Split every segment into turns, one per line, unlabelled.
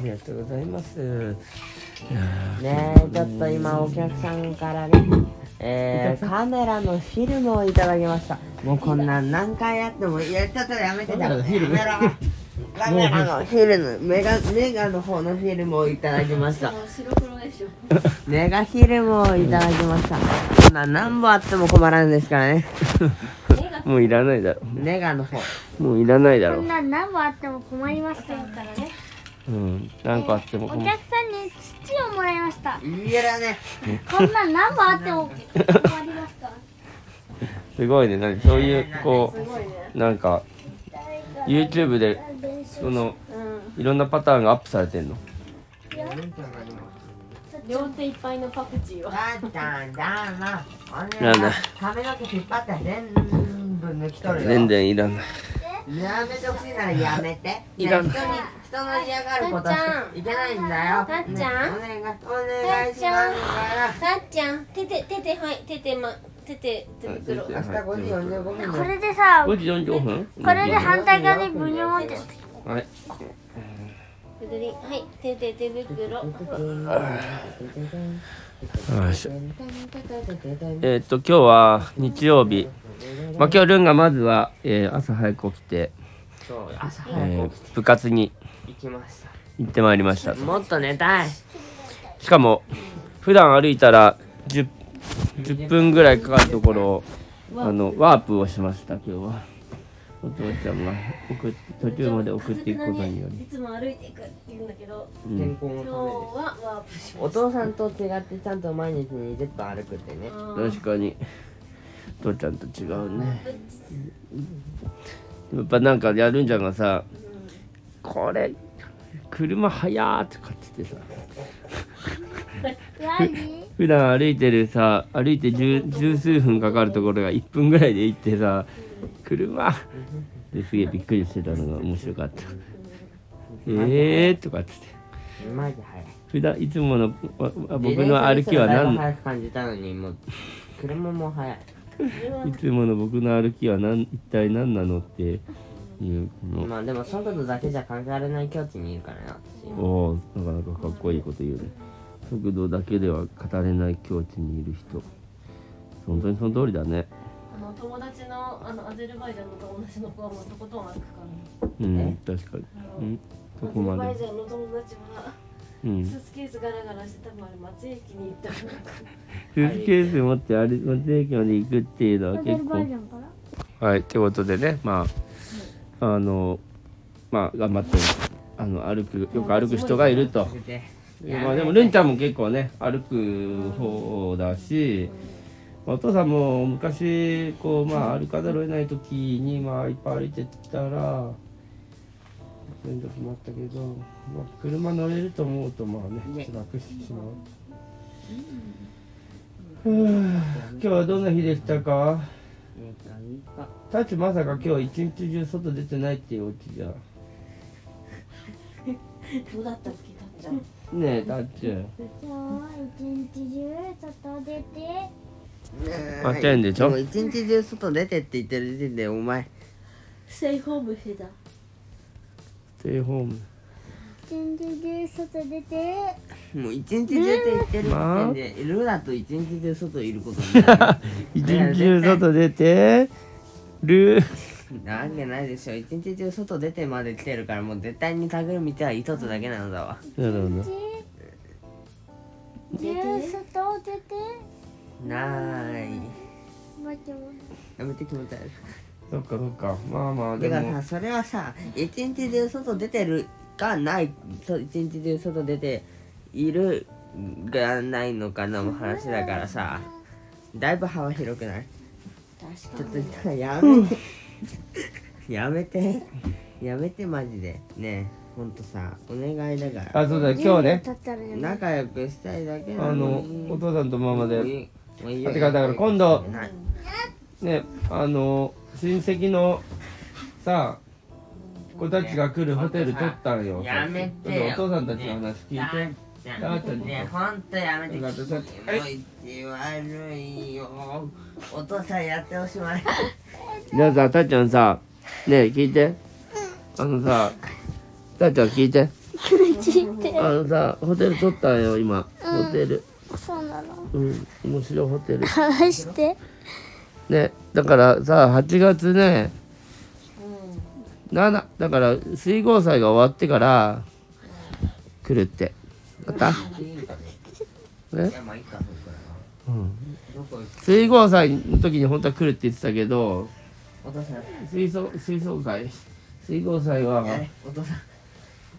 ねえ
ます。
ちょっと今お客さんからね、えー、カメラのフィルムをいただきましたもうこんなん何回やってもいやちょっとやめて
カメラのフィルム
やめろカメラのフィルムメガメガの方のフィルムをいただきました
もう白黒でしょ。
メガフィルムをいただきましたこんなん何本あっても困らんですからね
もういらないだろ
メガの方
もういらないだ
こ
ろ
んな何もあっても困りませんからね。
うんなんかあっても
お客さんに土をもらいました。
いやだね
こんな何もあっても困りますから。
すごいねなんかそういうこうなんか YouTube で
練習
そのいろんなパターンがアップされてんの
両手いっぱいのパクチーを。
だんだんだんだん
なんだ
髪の毛引っ張って全部抜き取るよ
全然いらない
やめてほしいならやめて。ね
いらん
人に人の嫌がること
たっちゃ
はいけないんだよ。
たっちゃ
ねお
ん
願いお願いしますか
さっちゃん、手で、手で、はい、手で、ま、手で、手袋。
ら。明日5時45分だ
こ
よ。
れでさ、
5時45分
これで反対側にブニョンって。
はい
手で、はい、手で、手袋。
よいしょえーっと今日は日曜日まあ今日ルンがまずは、えー朝早く起きて、
そう朝
え
早
ー
く
部活に
行きました。
行ってまいりました
もっと寝たい。
しかも普段歩いたら 10, 10分ぐらいかかるところをあのワープをしました今日はお父ちゃんが送っ途中まで送っていくことによ
い
り、
つも歩いていくって言うんだけど、
う
健
ん、
康の
今日
た
はワープし
めです。お父さんと違ってちゃんと毎日20分歩くってね。
ます。
確かにお父ちゃんと違うねやっぱなんかやるんじゃんがさこれ車速ーって買っててさ
何
普段歩いてるさ歩いて十十数分かかるところが1分ぐらいで行ってさ車ですげえびっくりしてたのが面白かったえーとかっつって
マジ早い。
普段いつものわわ僕の歩きは
何
何
早く感じたのにもう車も早い。
いつもの僕の歩きは何一体何なのっていうこ
まあでもそのことだけじゃ考えられない境地にいるからな。
のおーなかなかかっこいいこと言うね速度だけでは語れない境地にいる人本当にその通りだね
あの友達のあのアゼルバイジャンの友達の子はもうとことん歩くか
うん確かに
ら、
うんど
ア
こ
ゼル
ま
バイ
で
ジャンの友達は
うん
スーツケースガラガラして多分あれ松江駅に行ったから
スーツケース持って歩松駅まで行くっていうのは
モデ
結
ルバージ
構
ョンかな
はいってことでねまああのまあ頑張ってあの歩くよく歩く人がいるとまあでもルンちゃんも結構ね歩く方だし、まあお父さんも昔こうまあ歩かざるを得ない時にまあいっぱい歩いてたらそういう時もあったけど、まあ、車乗れると思うとまあね楽してしまう。ふう今日はどんな日でしたかタチまさか今日一日中外出てないっていうお家じゃん
どうだったっけたっちゃん
ねえタッチ
今日一日中外出て、
あってんでしょ
もう一日中外出てって言ってる時点でお前
ステイホームしてた
ステイホーム
一日中外出て、
もう一日中って言ってる時点でルーだと一日中外いることになる
一日中外出てる
なわけないでしょ一日中外出てまで来てるからもう絶対に探る道は一つだけなのだわ
なるほど
一日中外出て、
なーい
待っても
やめて気持ち悪い
そっかそっかまあまあで
だから
も
さそれはさ一日中外出てるかないそう一日中外出ているがないのかの話だからさだいぶ幅広くないちょっとやめて やめてやめてマジでねえほんとさお願いだから
あそうだ今日ね
だったらね、
仲良くしたいだけな
あの
の
お
に
父さんとママで
もういい
あ
よ
てかだから今度
ない
ねあの親戚のさ子たちが来るホテル取ったんよ
やめてよ
ちょっとお父さんたちの話聞いて、あーちゃん
ねえほんとやめて気
だからだ
持
って
ち悪いよお父さんやっておしまい
じゃあさ、たっちゃんさ、ねえ、聞いて。あのさ、たっちゃん聞いて。
ちって
あのさホテル取ったよ今、ホテル
そうなの
うん面白いホテル
話して
ねだからさ8月ね
うん
7だから水郷祭が終わってから来るって分かっ
いいんかね
たね
いやまあいいかそっから
うん
どこ行く
水郷祭の時に本当は来るって言ってたけど
お父さんや
水槽水槽会水郷祭は
れお父さん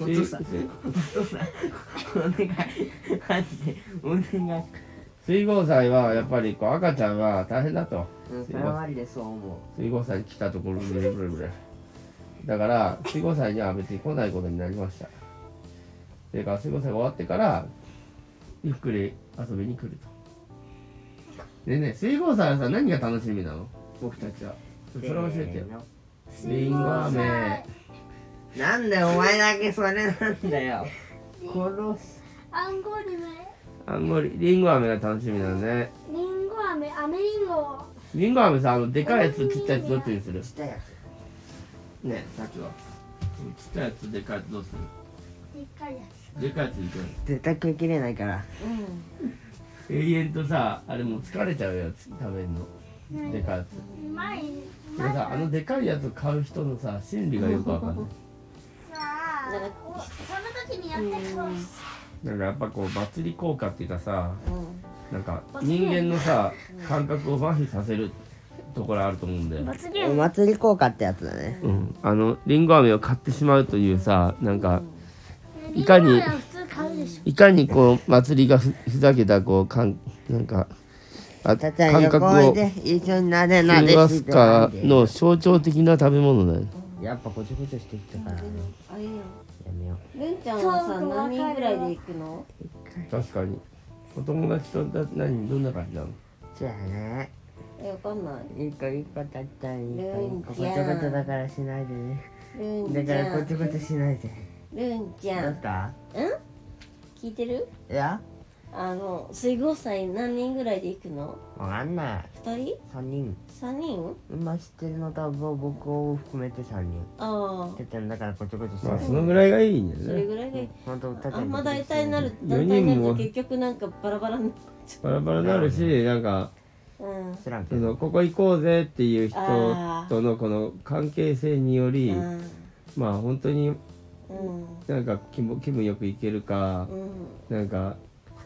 お
水
父さんお父さんお願いマジでお願い
水郷祭はやっぱりこう赤ちゃんは大変だと
うんそれはマジでそう思
水郷祭来たところでブレブレブレだから水郷祭には別に来ないことになりましたていうか水郷祭が終わってからゆっくり遊びに来るとでね水郷祭はさ何が楽しみなの僕たちは
う
それ教えてよ
せーの
りんご飴
なんだよお前だけそれなんだよ殺す
アンゴリメ
あんまりりんご飴が楽しみなのね
リンゴ飴アメリンゴ
りんご飴さあのでかいやつとちっちゃいやつどっちにする
したや
ねさっきはうんちっちゃいやつでかいやつどうす
でっかいや
るでかいやついくの
つ絶対食い切れないから
永遠とさあれもう疲れちゃうやつ食べるのでかいやつ
つうまい
でさあのでかいやつ買う人のさ心理がよくわかんない
さあおその時にやってくる
なんかやっぱこう祭り効果っていうかさ
うん
なんか人間のさ感覚を麻痺させるところあると思うんだよ、
罰ゲー
お
ム
祭り効果ってやつだね
うん、あのりんご飴を買ってしまうというさなんか
リ
い
ンゴ
かに
飴は普通買うでし
いかにこう祭りがふふざけたこうかんなんかあ
たっちゃん
感覚
横おい
を
で一緒になれなで
震わすか
して
の象徴的な食べ物だよ
やっぱこちょこちょしてきたからや
あれよ
めよ
るんちゃんはさ何人ぐらいで行くの
確かにお友達とだ何どんな感じなの
うじゃあね
えわかんない
いい子いい子たっちゃんいい子いい
うん
子こちょこちょだからしないでね
る
だ
ん
か
ち
ら
ゃ
こ
ん
ちょこちょしないで
るんち
ど
ゃ
うんだ
聞いてる
いや
あの水郷祭何人ぐらいで行くの
わかんない
二人
三人
三人
今知ってるの多分僕を含めて三人
あ
てっちゃんだからこちょこちょし
ま
な
あ
いで
そのぐらいがいいん
あそ
だ
れ
よね
ぐらいで
ほんとたっちゃ
あ
ん
んま大体になる
四人も
団体になると結局なんかバラバラに
バラバラになるしなんか
うん
知らん
そ
けど
のここ行こうぜっていう人
あー
とのこの関係性により
うん
まあ本当に
うん
なんか気分気分よく行けるか
うん
なんか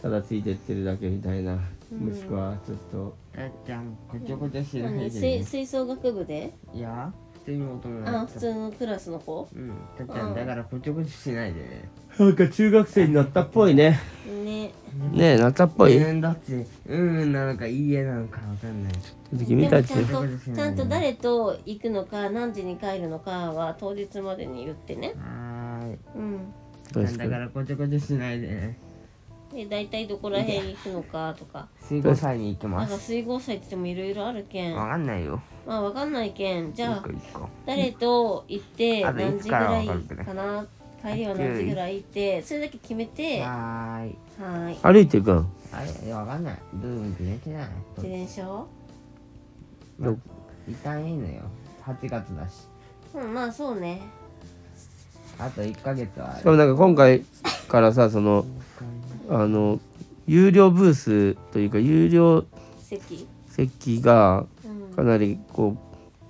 ただついてってるだけみたいなもしくはちょっと
たっちゃんこちょこちょしない
何
で
吹
ね
吹奏楽部で
いや普通に大人だ
あ
っ
普
た
通のクラスの子
うんたっちゃんだからこちょこちょしないでね
なんか中学生になったっぽいね
ね
ねえなったっぽい
うんだってうんなのかいいえなのかわかんない
君たち
でもちゃんとちゃんと誰と行くのか何時に帰るのかは当日までに言ってね
は
うん
ー
確
いだ
か
か
に
らこちょこちょしないでね
で大体どこら辺行くのかとか
水郷祭に行き
な
ま
んか
す
水郷祭って言ってもいろいろあるけん
わかんないよ
まあわかんないけんじゃ
一
あ
個一個
誰と行って
あと
何
いつ
時ぐ
から
らい
わかるかね
かな帰りは何時ぐらい行ってそれだけ決めては
はーい
ーい
歩いていくん
あれいやわかんないどういう気持ちない
自転車を
ど
一旦いいのよ8月だし
うんまあそうね
あと1ヶ月はあ
しか
る
もなんか今回からさそのあの有料ブースというか有料
席
席が
うん
かなりこう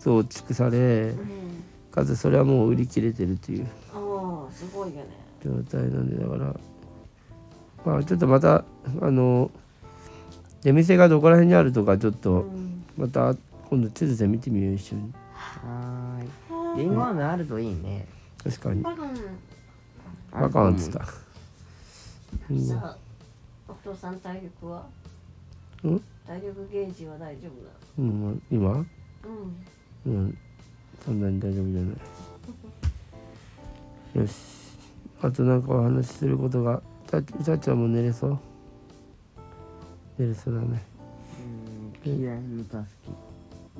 増築され
うん
かつそれはもう売り切れてるという
ああすごいよね
状態なんでだからまあちょっとまたあの出店がどこら辺にあるとかちょっ
う
と
ん
また今度地図で見てみよう一緒に
はーいりんご飴あるといいね
確かに
バカな
バカなんつった
じゃあお父さん体力は
うん
体力ゲージは大丈夫だ
うん今
うん
うんそんなに大丈夫じゃないよしあとなんかお話しすることがたたっちゃんも寝れそう寝れそうだね
うん嫌いのたすき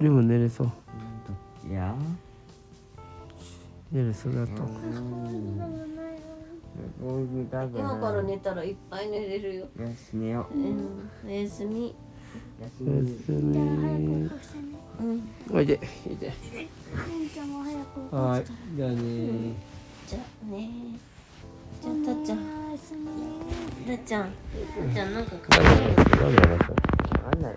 でも寝れそう
いや
寝れそうだと
おいしかく
今から
ない
寝たらいっぱい寝れるよ
よし寝よ
うんおやすみ
う休
おや
み
すみ
そうしてね
うん
おいでおいで
りんちゃんも早く
はいじゃあねー
じゃあね
じゃあたっちゃんたっちゃんたっちゃんなんか
なんだろうなんだろう
なんだろう